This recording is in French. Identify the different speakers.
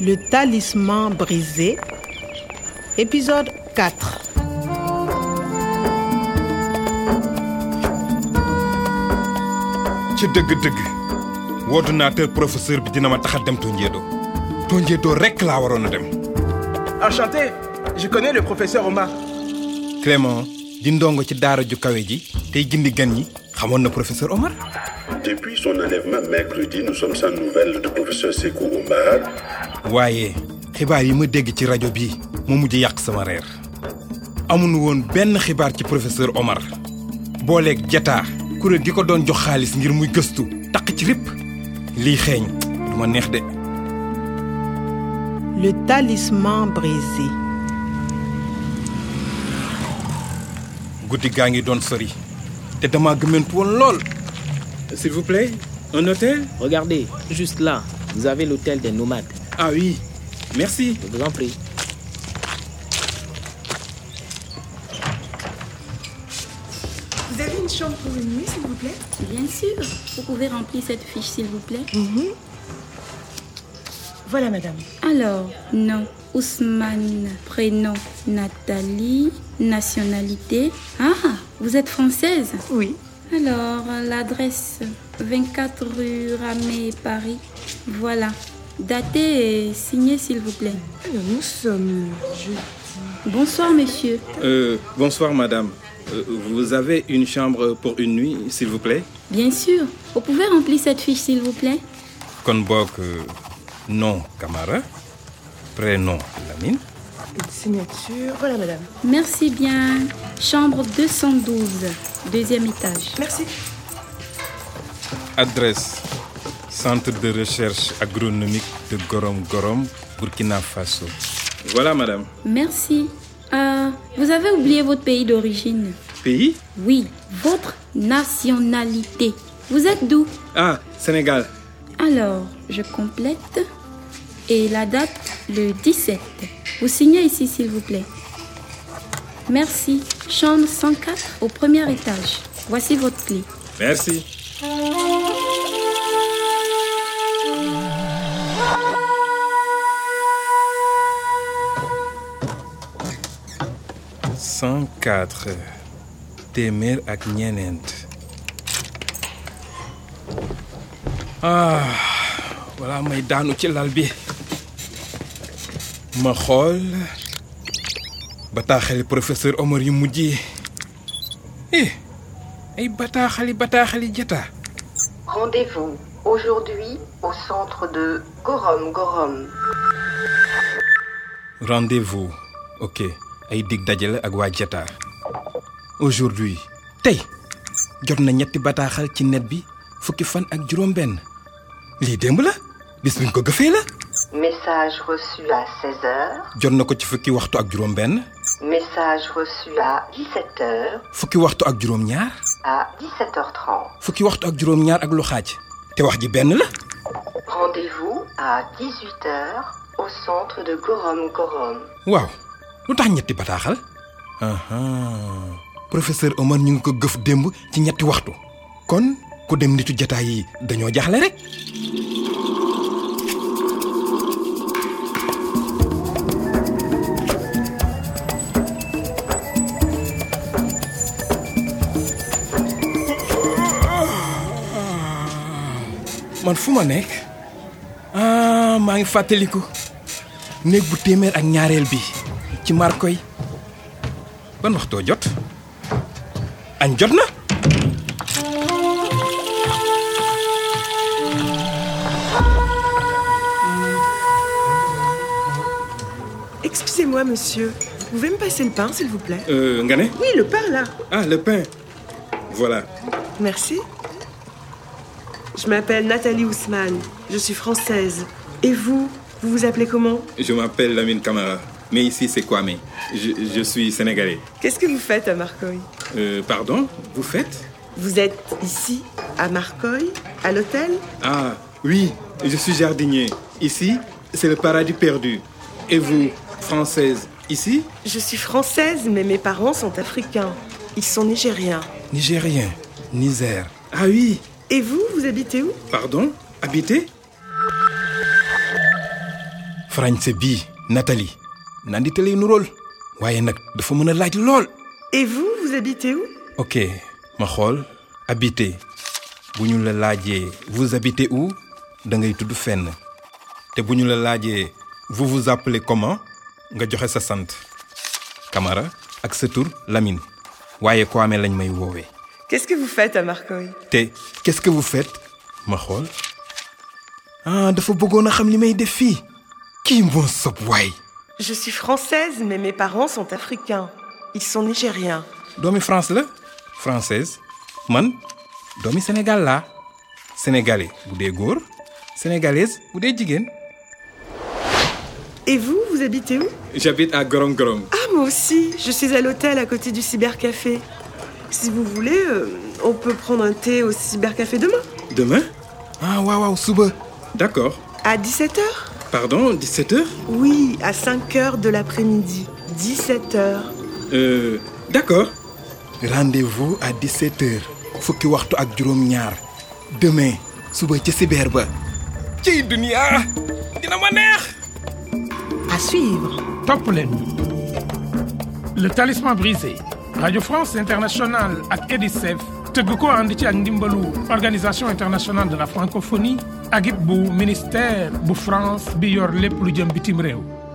Speaker 1: Le talisman brisé, épisode 4.
Speaker 2: ci dëgg-dëgg ordinateur professeur bi dina ma tax a dem Tonjeedo Tonjeedo rek laa waroon a dem
Speaker 3: Enchanté, je connais le professeur Omar.
Speaker 2: Clément di ndongo ci daara ju kawe ji tey gindi gan ñi xamoon na professeur Omar
Speaker 4: Depuis son enlèvement mercredi, nous sommes sans nouvelles du professeur Sekou Omar.
Speaker 2: waaye xibaar yi ma dégg ci rajo bi mu mujj yàq sama reer amuñu woon benn xibaar ci professeur Omar booleeg jataa kuréel gi ko doon jox xaalis ngir muy gëstu taq ci ripp lii xeeñ du ma neex de
Speaker 1: Le talisman brisé.
Speaker 2: guddi gaa ngi doon sori te dama gëmmentu woon lool
Speaker 5: S'il vous plaît, un hôtel
Speaker 6: Regardez, juste là, vous avez l'hôtel des nomades.
Speaker 5: Ah oui, merci.
Speaker 6: Je vous en prie.
Speaker 7: Vous avez une chambre pour une nuit, s'il vous plaît
Speaker 8: Bien sûr, vous pouvez remplir cette fiche s'il vous plaît.
Speaker 7: Voilà, madame.
Speaker 8: Alors, nom, Ousmane, prénom, Nathalie, nationalité. Ah, vous êtes française
Speaker 7: Oui.
Speaker 8: Alors, l'adresse 24 rue Ramé, Paris. Voilà. Datez et signez s'il vous plaît.
Speaker 7: Alors, nous sommes. Je...
Speaker 8: Bonsoir monsieur.
Speaker 5: Euh, bonsoir, madame. Euh, vous avez une chambre pour une nuit, s'il vous plaît
Speaker 8: Bien sûr, vous pouvez remplir cette fiche s'il vous plaît.
Speaker 2: kon boog euh, nom Camara prénom Lamine
Speaker 7: Une signature. Voilà, madame.
Speaker 8: Merci bien. Chambre 212, deuxième étage.
Speaker 7: Merci.
Speaker 2: adresse centre de recherche agronomique de Gorom Gorom Burkina Faso
Speaker 5: Voilà, madame.
Speaker 8: Merci. Euh, vous avez oublié votre pays d'origine.
Speaker 5: Pays
Speaker 8: Oui, votre nationalité. Vous êtes d'où
Speaker 5: Ah, Sénégal.
Speaker 8: Alors, je complète. Et la date, le 17. Vous signez ici, s'il vous plaît. Merci. Chambre 104 au premier étage. Voici votre clé.
Speaker 5: Merci.
Speaker 2: cent quatre téeméer ak ñeneent ah wala may daanu ci lal bi ma xool bataaxali professeur Omar yu mujj yi eh ay bataaxali bataaxali jataa
Speaker 9: Rendez-vous aujourd'hui au centre de Gorom Gorom.
Speaker 2: Rendez-vous. Ok. Ay dig dajé la ak waa Jetta. Aujourd'hui, tey jot na ñetti bataaxal ci net bi fukki fan ak juróom benn lii démb la bis biñ ko gëfee la
Speaker 9: Message reçu à 16h.
Speaker 2: jot na ko ci fukki waxtu ak juróom benn
Speaker 9: Message reçu à 17h
Speaker 2: fukki waxtu ak juróom ñaar
Speaker 9: à 17h30.
Speaker 2: fukki waxtu ak juróom ñaar ak lu xaaj te wax ji benn la
Speaker 9: Rendez-vous à 18h au centre de Gorom Gorom.
Speaker 2: waaw lu tax ñetti bataaxal ahan professeur Omar ñu ngi ko gëf démb ci ñetti waxtu kon ku dem nitu jataay yi dañoo jaaxle rek man fu ma nekk ah maa ngi fàttaliku néeg bu téeméer ak ñaareel bi ci markoy ban waxtoo jot añ jot na
Speaker 7: Excusez-moi, monsieur. Vous pouvez me passer le pain, s'il vous plaît
Speaker 5: Euh, Ngané
Speaker 7: Oui, le pain, là.
Speaker 5: Ah, le pain. Voilà.
Speaker 7: Merci. Je m'appelle Nathalie Ousmane. Je suis française. Et vous Vous vous appelez comment
Speaker 5: Je m'appelle Lamine Camara. Mais ici, c'est Kwame. Je, je suis sénégalais.
Speaker 7: Qu'est-ce que vous faites à Marcoy
Speaker 5: Euh, pardon, vous faites
Speaker 7: Vous êtes ici, à Marcoy, à l'hôtel
Speaker 5: Ah, oui, je suis jardinier. Ici, c'est le paradis perdu. Et vous, française, ici
Speaker 7: Je suis française, mais mes parents sont africains. Ils sont nigériens.
Speaker 2: nigérien niger
Speaker 5: Ah oui,
Speaker 7: Et vous, vous habitez où
Speaker 5: pardon, habitez
Speaker 2: farañse bii Nathalie nandite lay nurool waaye nag dafa mën a laaj lool
Speaker 5: Et vous, vous habitez où
Speaker 2: ok ma xool habité bu ñu la laajee vous habitez où da ngay tudd fenn te bu ñu la laajee vous vous appelez comment nga joxe sa sant Camara ak sa tur Lamine waaye ko amee lañ may woowee
Speaker 5: Qu'est-ce que vous faites à Marcoy
Speaker 2: te qu'est-ce que vous faites ma xool ah dafa bëggoon a xam li may def fii kii moo sob waay
Speaker 5: Je suis française, mais mes parents sont africains. Ils sont nigériens.
Speaker 2: doomi France la française man doomi Sénégal laa sénégalais bu dee góor sénégalaise bu dee jigéen
Speaker 5: Et vous, vous habitez où
Speaker 10: J'habite à Gorom Gorom.
Speaker 5: Ah, moi aussi. Je suis à l'hôtel à côté du cybercafé. Si vous voulez, euh, on peut prendre un thé au cybercafé demain,
Speaker 10: Demain
Speaker 2: ah waaw waaw suba
Speaker 10: D'accord.
Speaker 5: à 17h.
Speaker 10: Pardon, 17h
Speaker 5: Oui, à 5h de l'après-midi. 17h.
Speaker 10: Euh, d'accord.
Speaker 2: rendez-vous à 17h fukki waxtu ak juróom ñaar demain suba ci sibeer ba ciy dunia dina ma neex
Speaker 7: À suivre.
Speaker 11: Top leen ñu. Le talisman brisé. Radio France Internationale ak EDICEF tëgg ko ànd ci ak ndimbalu organisation internationale de la francophonie ak it bu ministère bu France bi yor lépp lu jëm bitim réew.